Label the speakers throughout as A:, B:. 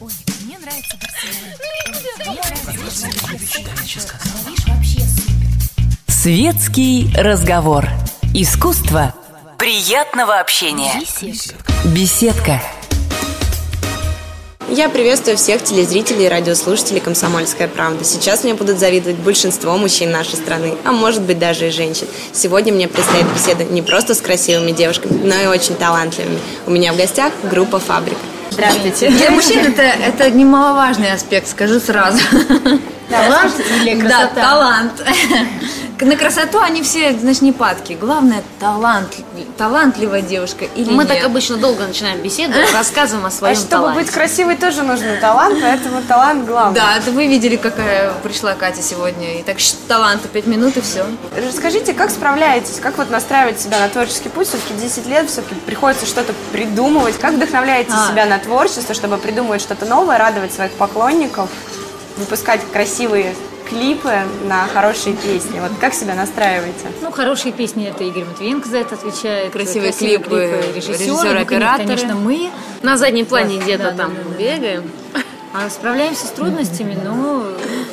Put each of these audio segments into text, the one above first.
A: Ой, мне нравится Барселона. Ой, мне нравится.
B: Светский разговор. Искусство приятного общения. Беседка.
C: Я приветствую всех телезрителей и радиослушателей «Комсомольская правда». Сейчас мне будут завидовать большинство мужчин нашей страны, а может быть даже и женщин. Сегодня мне предстоит беседа не просто с красивыми девушками, но и очень талантливыми. У меня в гостях группа «Фабрика». Здравствуйте.
D: Для мужчин это, это немаловажный аспект, скажу сразу.
E: Талант или красота?
D: Да, талант. На красоту они все, значит, не падки. Главное, талант, талантливая девушка или
E: Ну, Мы
D: нет.
E: так обычно долго начинаем беседу, рассказываем о
F: А
E: своем
F: чтобы
E: таланте.
F: быть красивой тоже нужен талант, поэтому талант главный.
D: Да, это вы видели, какая пришла Катя сегодня. И так щ, таланта пять минут и все.
F: Расскажите, как справляетесь, как вот настраивать себя на творческий путь? Все-таки 10 лет, все-таки приходится что-то придумывать. Как вдохновляете
D: А.
F: себя на творчество, чтобы придумывать что-то новое, радовать своих поклонников, выпускать красивые клипы на хорошие песни? Вот как себя настраиваете?
G: Ну, хорошие песни это Игорь Матвиенко за это отвечает.
D: Красивые клипы,
G: режиссеры,
D: режиссеры,
G: ну,
D: операторы.
G: Конечно, мы.
E: На заднем плане
G: Да,
E: где-то
G: да,
E: там
G: да, да.
E: бегаем.
G: А справляемся с трудностями, но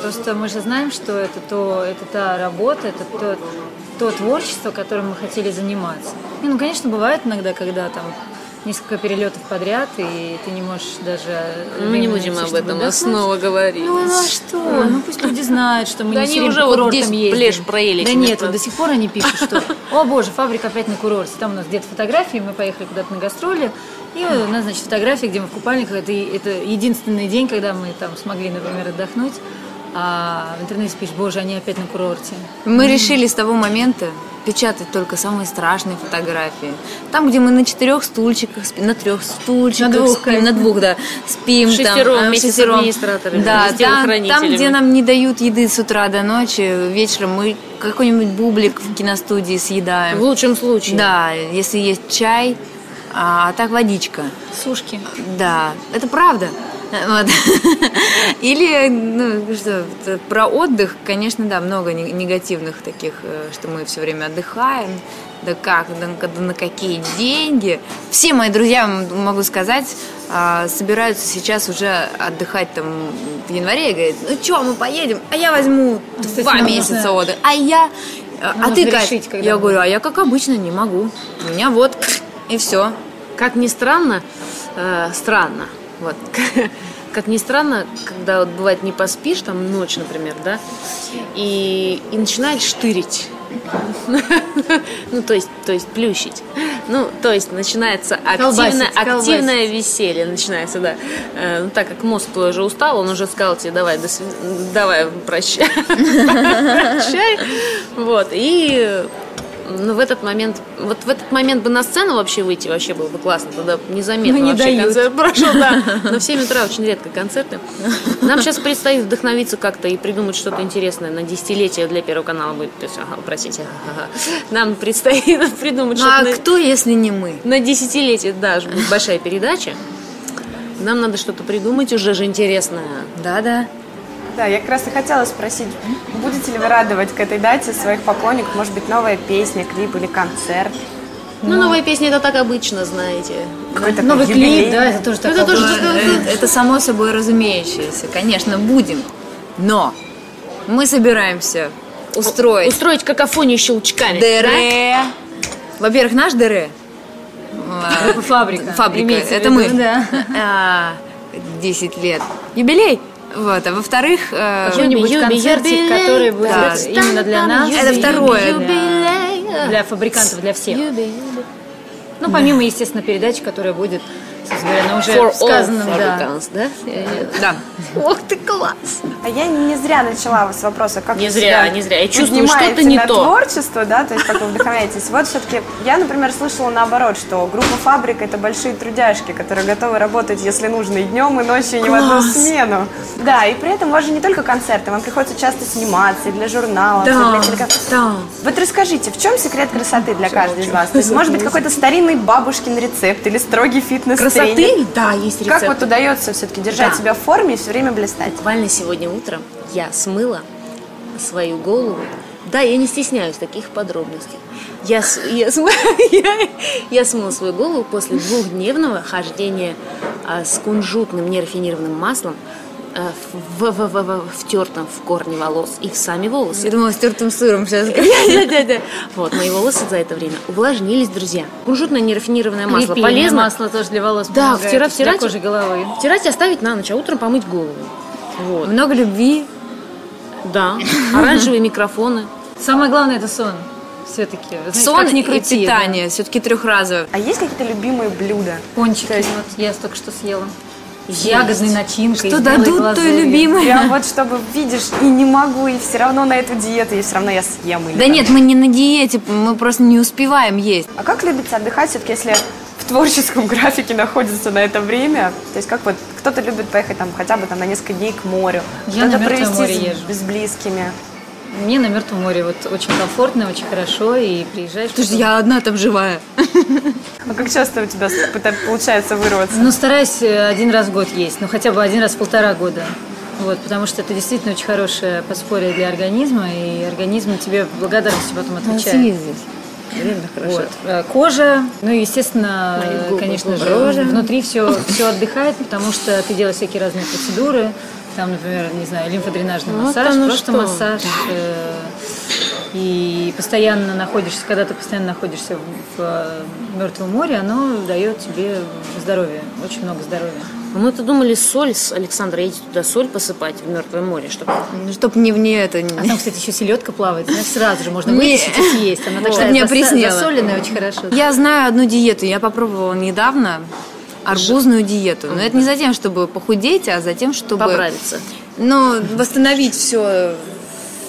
G: просто мы же знаем, что это, то, это та работа, это то, то творчество, которым мы хотели заниматься. И, ну, конечно, бывает иногда, когда там несколько перелетов подряд, и ты не можешь даже...
E: Мы
G: времени
E: не будем
G: найти,
E: об
G: чтобы
E: этом
G: отдохнуть.
E: снова говорить.
G: Ну, ну а что? Ну пусть люди знают, что мы не
E: Да они
G: все время
E: уже
G: по
E: вот
G: курортам
E: здесь
G: ездим.
E: плешь проели
G: Да
E: себе
G: нет, вот
E: просто.
G: до сих пор они пишут, что «О боже, фабрика опять на курорте». Там у нас где-то фотографии, мы поехали куда-то на гастроли, и у нас, значит, фотографии, где мы в купальниках. Это, и- это единственный день, когда мы там смогли, например, отдохнуть. А в интернете пишут «Боже, они опять на курорте».
D: Мы решили с того момента печатать только самые страшные фотографии. Там, где мы на четырех стульчиках, спи- на трех стульчиках,
G: На двух,
D: спим, на двух, да, спим.
E: Шестером
D: там, а,
E: вместе с
D: шестером.
E: администраторами,
D: Да,
E: с
D: там, там, где
E: телохранителями.
D: нам не дают еды с утра до ночи, вечером мы какой-нибудь бублик в киностудии съедаем.
E: В лучшем случае.
D: Да, если есть чай, а так водичка.
G: Сушки.
D: Да, это правда. Вот. Или, ну, что, т- про отдых, конечно, да, много не- негативных таких, э, что мы все время отдыхаем. Да как, да, на- да на какие деньги? Все мои друзья, м, могу сказать, а, собираются сейчас уже отдыхать там в январе и говорят, ну что, мы поедем, а я возьму два
G: нам
D: месяца
G: нужно-
D: отдыха, а я... А
G: нужно
D: ты, Кать?
G: решить, когда
D: Я
G: мы
D: говорю, а я как обычно не могу. У меня вот и все.
E: Как ни странно, э, странно, вот. Как ни странно, когда вот бывает не поспишь, там ночь, например, да, и, и начинаешь штырить. Ну, то есть, то есть плющить. Ну, то есть начинается
G: Колбасить,
E: активное,
G: колбасить.
E: активное веселье начинается, да. Э, Ну, так как мозг твой уже устал, он уже сказал тебе, давай, до сви- давай, прощай. Прощай. Вот, и ну, в этот момент, вот в этот момент бы на сцену вообще выйти, вообще было бы классно, тогда незаметно
G: Ну, не
E: вообще
G: дают.
E: концерт прошел, да. Но в 7 утра очень редко концерты. Нам сейчас предстоит вдохновиться как-то и придумать что-то интересное на десятилетие для Первого канала будет, то есть, ага, простите, ага. нам предстоит придумать
D: Ну а
E: что-то на-
D: кто, если не мы?
E: на десятилетие, да, аж будет большая передача. Нам надо что-то придумать уже же интересное.
D: Да-да.
F: Да, я как раз и хотела спросить, будете ли вы радовать к этой дате своих поклонников, может быть, новая песня, клип или концерт?
E: Ну, новая песня это так обычно, знаете.
F: Какой-то
G: Новый
F: такой юбилей?
G: клип, да, это тоже так.
E: Это тоже-
G: обычно.
D: Э, Это само собой разумеющееся, конечно, будем. Но мы собираемся устроить
E: Устроить какофонию щелчками. да?
D: ДР. Во-первых, наш ДР.
G: Группа Э, Фабрика.
D: Фабрика.
G: Имеется в
D: Это
G: виду,
D: мы.
G: Да.
D: А, 10 лет. Юбилей. Вот, а во-вторых, э,
G: Какой-нибудь
E: Юби-юби,
G: концертик,
E: юбилей.
G: который будет
D: Да.
G: именно для нас.
D: Это второе.
G: Для, для фабрикантов, для всех. Ну, помимо, естественно, передачи, которая будет, собственно говоря, на уже
E: For all
G: сказанном, да.
E: Fabricants, да? Э,
D: да.
E: Ох ты класс!
F: А я не зря начала вас с вопроса, как
E: Не
F: вы
E: зря,
F: себя
E: не зря. Я чувствую,
F: поднимаете
E: что-то не
F: на
E: то.
F: творчество, да, то есть как вы вдохновляетесь. Вот все-таки я, например, слышала наоборот, что группа «Фабрик» — это большие трудяшки, которые готовы работать, если нужно, и днем, и ночью, и не в одну смену. Да, и при этом у вас же не только концерты, вам приходится часто сниматься и для журналов, и для телека-
D: да.
F: Вот расскажите, в чем секрет красоты для каждой из вас? То есть, может быть, какой-то старинный бабушкин рецепт или строгий фитнес-тренер?
E: Красоты? Да, есть рецепт.
F: Как вот удается все-таки держать
E: Да.
F: себя в форме и все время блистать?
E: Буквально сегодня утром я смыла свою голову Да, я не стесняюсь таких подробностей. Я, с- я, см- я, я смыла свою голову после двухдневного хождения а, с кунжутным нерафинированным маслом а, в, в, в, в, в- втертом в корни волос и в сами волосы.
D: Я думала, с тертым сыром сейчас.
E: Да-да-да. Вот, мои волосы за это время увлажнились, друзья. Кунжутное нерафинированное масло
G: Репейное
E: полезно.
G: масло тоже для волос
E: Да,
G: помогает,
E: втирать,
G: для
E: втирать.
G: кожи головы.
E: Втирать и оставить на ночь, а утром помыть голову.
F: Ну.
E: Вот.
D: Много любви.
E: Да. Оранжевые микрофоны.
G: Самое главное это сон. Все-таки.
D: Сон
G: не
D: и
G: крути, да.
D: питание. Все-таки трехразовое.
F: А есть какие-то любимые блюда?
G: Пончики. Вот я только что съела. С
E: Есть.
G: ягодной начинкой.
D: Что
G: с белой
D: дадут, то и
G: глазурью.
D: любимые.
F: Прям вот чтобы видишь, и не могу, и все равно на эту диету, и все равно я съем. или
D: Да
F: там.
D: нет, мы не на диете, мы просто не успеваем есть.
F: А как любится отдыхать все-таки, если в творческом графике находится на это время? То есть как вот кто-то любит поехать там хотя бы там на несколько дней к морю,
G: Я на
F: кто-то
G: Мертвое
F: провести
G: море
F: с-
G: езжу.
F: с, близкими.
G: Мне на Мертвом море вот очень комфортно, очень хорошо, и приезжаешь...
D: Потому что
G: потом-
D: я одна там живая.
F: А как часто у тебя с- пыта- получается вырваться?
G: Ну, стараюсь э, один раз в год есть, ну, хотя бы один раз в полтора года. Вот, потому что это действительно очень хорошее подспорье для организма, и организм тебе благодарностью потом отвечает. Вот. Э, Кожа, ну и, естественно,
E: Мои
G: э,
E: губы,
G: конечно
E: губы.
G: же, внутри все, все отдыхает, потому что ты делаешь всякие разные процедуры, там, например, не знаю, лимфодренажный
E: Вот
G: массаж,
E: оно
G: просто
E: что.
G: массаж. э, И постоянно находишься, когда ты постоянно находишься в, Мертвом море, оно дает тебе здоровье, очень много здоровья.
E: Ну, Мы-то думали соль с Александра едет туда соль посыпать в Мертвое море, чтобы
D: Ну, Чтоб не мне это...
G: А там, кстати, еще селедка плавает, знаешь, сразу же можно
D: Не.
G: вытащить и съесть. Она
D: Чтоб
G: такая
D: не
G: заса-
D: опреснела.
G: засоленная, очень хорошо.
D: Я знаю одну диету, я попробовала недавно арбузную диету. Но это не за тем, чтобы похудеть, а за тем, чтобы...
E: поправиться.
D: Ну, восстановить все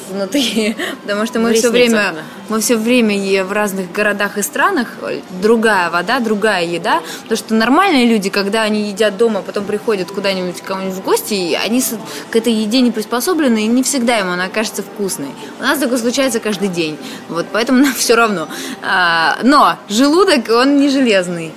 D: внутри, потому что мы
E: В
D: все
E: ресницах,
D: время
E: да.
D: мы все время е- в разных городах и странах э, другая вода, другая еда, потому что нормальные люди, когда они едят дома, потом приходят куда-нибудь к кому-нибудь в гости, и они с- к этой еде не приспособлены, и не всегда им она кажется вкусной. У нас такое случается каждый день, вот поэтому нам все равно. А, но желудок он не железный.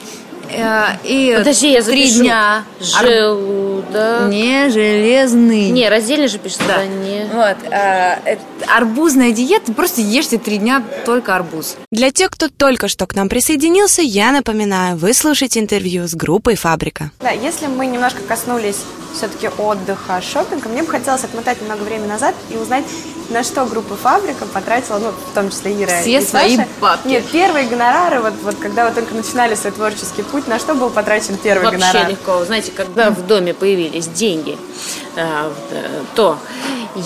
D: Э, И
E: Подожди, я
D: три
E: запишу.
D: дня ар-
E: Желудок.
D: не железный.
E: Не, раздельно же пишется.
D: Да.
E: Да, не.
D: Вот, э, э, арбузная диета, просто ешьте три дня только арбуз.
C: Для тех, кто только что к нам присоединился, я напоминаю, вы слушаете интервью с группой «Фабрика».
F: Да, если мы немножко коснулись все-таки отдыха, шопинга, мне бы хотелось отмотать немного времени назад и узнать, на что группа «Фабрика» потратила, ну, в том числе Ира
D: Все
F: и
D: свои
F: Саша.
D: бабки.
F: Нет, первые гонорары, вот, вот когда вы только начинали свой творческий путь, на что был потрачен первый
E: Вообще
F: гонорар?
E: легко. Знаете, когда в доме появились деньги, э, э, то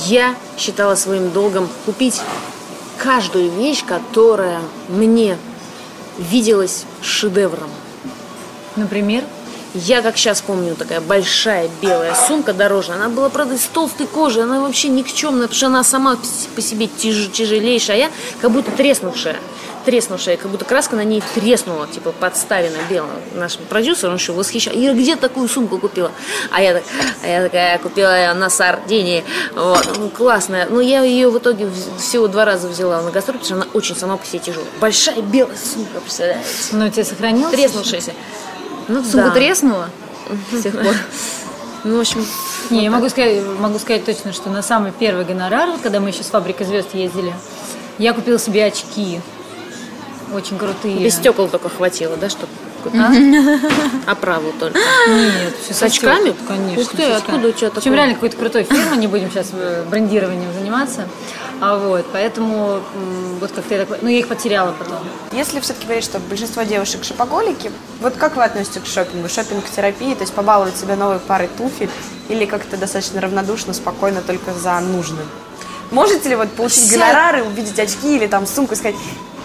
E: я считала своим долгом купить каждую вещь, которая мне виделась шедевром.
G: Например,
E: Я, как сейчас помню, такая большая белая сумка дорожная. Она была, правда, из толстой кожи. Она вообще никчемная, потому что она сама пс- по себе тяж- тяжелейшая. А я как будто треснувшая. Треснувшая. Как будто краска на ней треснула. Типа подставина белым нашим продюсером. Он еще восхищал. Ира, где ты такую сумку купила? А я, так, а я такая купила ее на Сардинии. Вот. Ну, классная. Но я ее в итоге вз- всего два раза взяла на гастроль, потому что она очень сама по себе тяжелая. Большая белая сумка, представляете?
G: ну, у тебя сохранилось?
E: Треснувшаяся. Ну,
D: Сумка
E: да.
D: треснула? С тех пор.
E: Ну, в общем,
G: Не, я могу сказать, могу сказать точно, что на самый первый гонорар, вот когда мы еще с фабрикой звезд ездили, я купила себе очки. Очень крутые.
E: Без стекол только хватило, да, чтобы оправу только.
G: Нет, все
E: С очками?
G: Конечно.
E: Ух ты,
G: с очками.
E: откуда у тебя
G: Причем
E: такое?
G: реально какой-то крутой фирмы, не будем сейчас брендированием заниматься. А вот, поэтому м, вот как-то я так... Ну, я их потеряла потом.
F: Если все-таки говорить, что большинство девушек шопоголики, вот как вы относитесь к шопингу, шопинг-терапии, то есть побаловать себя новой парой туфель или как-то достаточно равнодушно, спокойно только за нужным? Можете ли вот получить
D: Вся-
F: гонорары, увидеть очки или там сумку и сказать,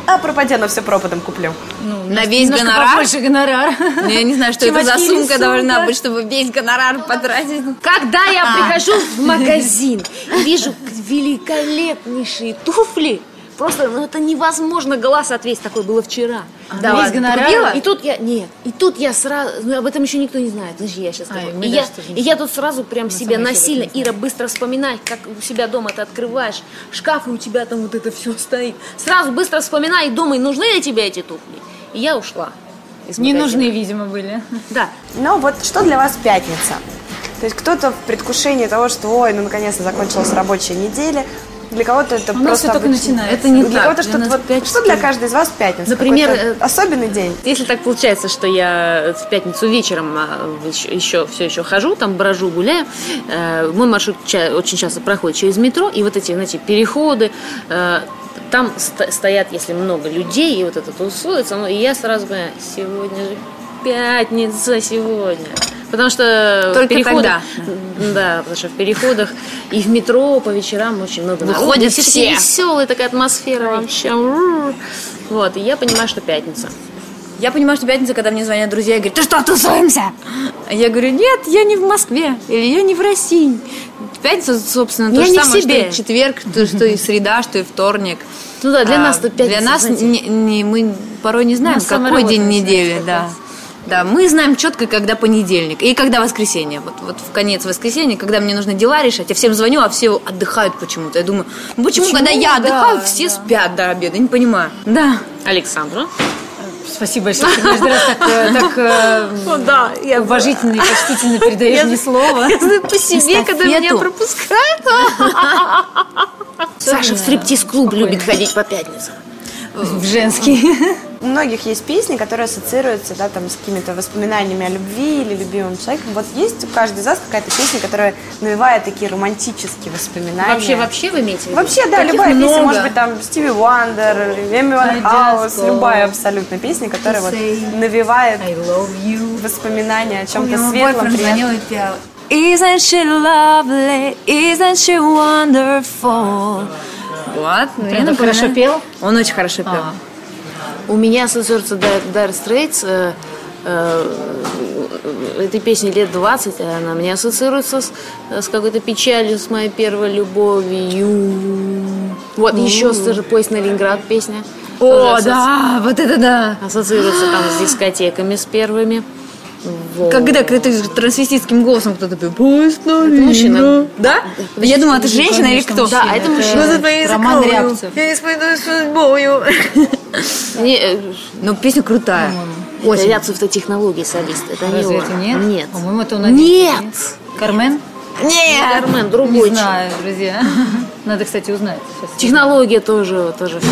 F: а пропадено все пропадом куплю?
G: Ну,
D: На весь
G: немножко
D: гонорар?
G: побольше гонорар.
D: Ну, Я не знаю, что
G: Чем
D: это за
G: очки или
D: сумка должна
G: сумка?
D: быть, чтобы весь гонорар потратить.
E: Когда я прихожу в магазин и вижу великолепнейшие туфли, просто, ну это невозможно глаз отвесить, такое было вчера.
G: Да
D: ладно,
G: весь
D: ты
G: гонорар?
E: И тут я, нет, и тут я сразу, ну, об этом еще никто не знает, знаешь, я сейчас
G: Ай,
E: говорю.
G: мы
E: и, я,
G: даже тоже не
E: и я тут сразу прям себе
G: сама еще об этом
E: насильно,
G: не
E: Ира, быстро вспоминай, как у себя дома ты открываешь шкаф, и у тебя там вот это все стоит. Сразу быстро вспоминай и думай, нужны ли тебе эти туфли. И я ушла. из
G: Не
E: магазина.
G: нужны, видимо, были.
E: Да.
F: Но вот что для вас пятница? То есть кто-то в предвкушении того, что ой, ну наконец-то закончилась рабочая неделя, Для кого-то это
G: У
F: просто...
G: нас все только
F: обычный-
G: начинается.
E: Это не
F: Для
E: так.
F: кого-то
E: Для
F: что-то
E: нас
F: вот-
E: пять
F: что для
E: часов.
F: каждой из вас пятница?
E: Например,
F: какой-то
E: э,
F: особенный день.
E: Если так получается, что я в пятницу вечером а, еще, все еще хожу, там брожу, гуляю, э, мой маршрут ча- очень часто проходит через метро, и вот эти, знаете, переходы, э, там ст- стоят, если много людей, и вот это тусуется, ну, и я сразу понимаю, сегодня же пятница сегодня. Потому что в
D: Только
E: переходах-
D: тогда.
E: Да, потому что в переходах и в метро по вечерам очень много народу,
D: Выходят
E: и все.
D: все.
E: Такие веселые, такая атмосфера вообще. Ур. Вот, и я понимаю, что пятница.
G: Я понимаю, что пятница, когда мне звонят друзья и говорят, ты что, тусуемся? А Я говорю, нет, я не в Москве, или я не в России. Пятница, собственно, то
E: Я
G: же
E: не в
G: самое,
E: себе.
G: что и четверг, то, что и среда, что и вторник.
E: Ну да, для
G: А,
E: нас-то пятница,
G: Для нас
E: знаете.
G: не- не- мы порой не знаем,
E: нас самая
G: какой
E: работа
G: день
E: начинается
G: недели,
E: как
G: да.
E: раз.
G: Да, мы знаем четко, когда понедельник и когда воскресенье. Вот, вот в конец воскресенья, когда мне нужно дела решать, я всем звоню, а все отдыхают почему-то. Я думаю, ну почему, когда я отдыхаю, все спят до обеда? Я не понимаю. Да.
E: Александру.
G: Спасибо большое, что каждый раз так, э, так э,
E: Ну Да, я
G: уважительно и почтительно передаешь мне слово.
E: по себе, когда меня
G: Эстафету.
E: пропускают. Саша в стриптиз-клуб любит ходить по пятницам.
G: В женский.
F: У многих есть песни, которые ассоциируются да, там, с какими-то воспоминаниями о любви или любимым человеком. Вот есть у каждой из вас какая-то песня, которая навевает такие романтические воспоминания?
E: Вообще, вообще вы имеете в виду?
F: Вообще, да,
G: Таких
F: любая песня,
G: много.
F: может быть, там Стиви Уандер, Эми
G: I just
F: Хаус,
G: go.
F: любая абсолютно песня, которая
G: To
F: вот
G: say
F: навевает
G: I love you.
F: воспоминания о
G: У меня
F: чем-то
G: мой
F: светлом,
G: бойфренд
F: приятном.
G: звонил и пел. Isn't she lovely? Isn't she wonderful? Вот, мне
E: он
G: напоминает.
E: хорошо пел?
G: Он очень хорошо пел.
E: У меня ассоциируется Дар- Dire Straits. э, э, Этой песни лет 20, а она мне ассоциируется с, с какой-то печалью, с моей первой любовью. Вот еще даже поезд на Ленинград песня.
G: О,
E: Тоже
G: да, вот это да.
E: Ассоциируется там с дискотеками, с первыми. Вот.
G: Когда к- ты трансвеститским голосом кто-то пел «Поезд на Ленинград».
E: мужчина.
G: Да? Я думала, это женщина или
E: конечно,
G: кто?
E: мужчина. Да, это мужчина.
G: Роман Рябцев.
E: Не, э,
G: Но Ну, песня крутая.
E: это
G: Очень.
E: Рябцев-то технологии солист. Это не
G: Разве
E: он.
G: это нет?
E: Нет.
G: По-моему, это он один.
E: Нет!
G: Кармен?
E: Кармен,
G: Не
E: другой. человек.
G: знаю, друзья. Надо, кстати, узнать. Сейчас.
E: Технология тоже, тоже все.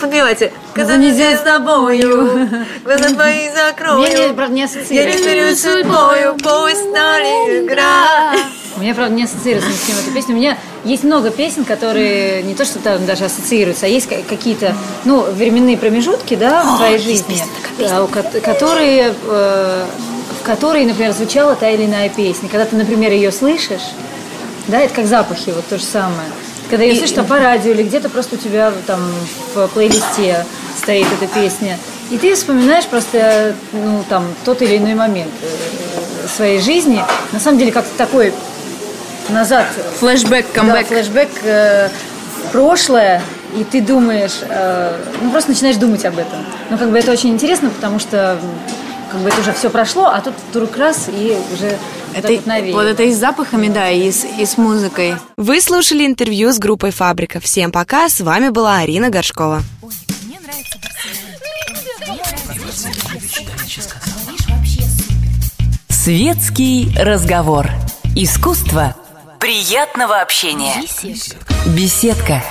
D: Понимаете,
G: За нельзя с тобою.
D: глаза твои
G: Мне,
D: закрою,
G: правда, не ассоциируется.
D: верю судьбою, пусть на Ленинград.
G: У меня, правда, не ассоциируется ни с чем эта песня. У меня есть много песен, которые не то, что там даже ассоциируются, а есть ка- какие-то, ну, временные промежутки, да, в твоей жизни, а, у ко- которые, э, в которые, например, звучала та или иная песня. Когда ты, например, ее слышишь, да, это как запахи, вот то же самое. Когда ее слышишь там по радио или где-то просто у тебя там в плейлисте стоит эта песня. И ты вспоминаешь просто, ну, там, тот или иной момент э, своей жизни. На самом деле, как такой назад.
D: Флэшбэк,
G: Да, флешбэк э, в прошлое, и ты думаешь, э, ну просто начинаешь думать об этом. Ну как бы это очень интересно, потому что м, как бы это уже все прошло, а тут вдруг раз и уже вот так вот навеяло.
D: вот это и с запахами, да, и с, и с музыкой.
C: Вы слушали интервью с группой «Фабрика». Всем пока, с вами была Арина Горшкова.
A: Ой, мне нравится Барселона. Мне нравится Барселона. Париж вообще супер.
B: Светский разговор. Искусство приятного общения.
A: Беседка.
B: Беседка.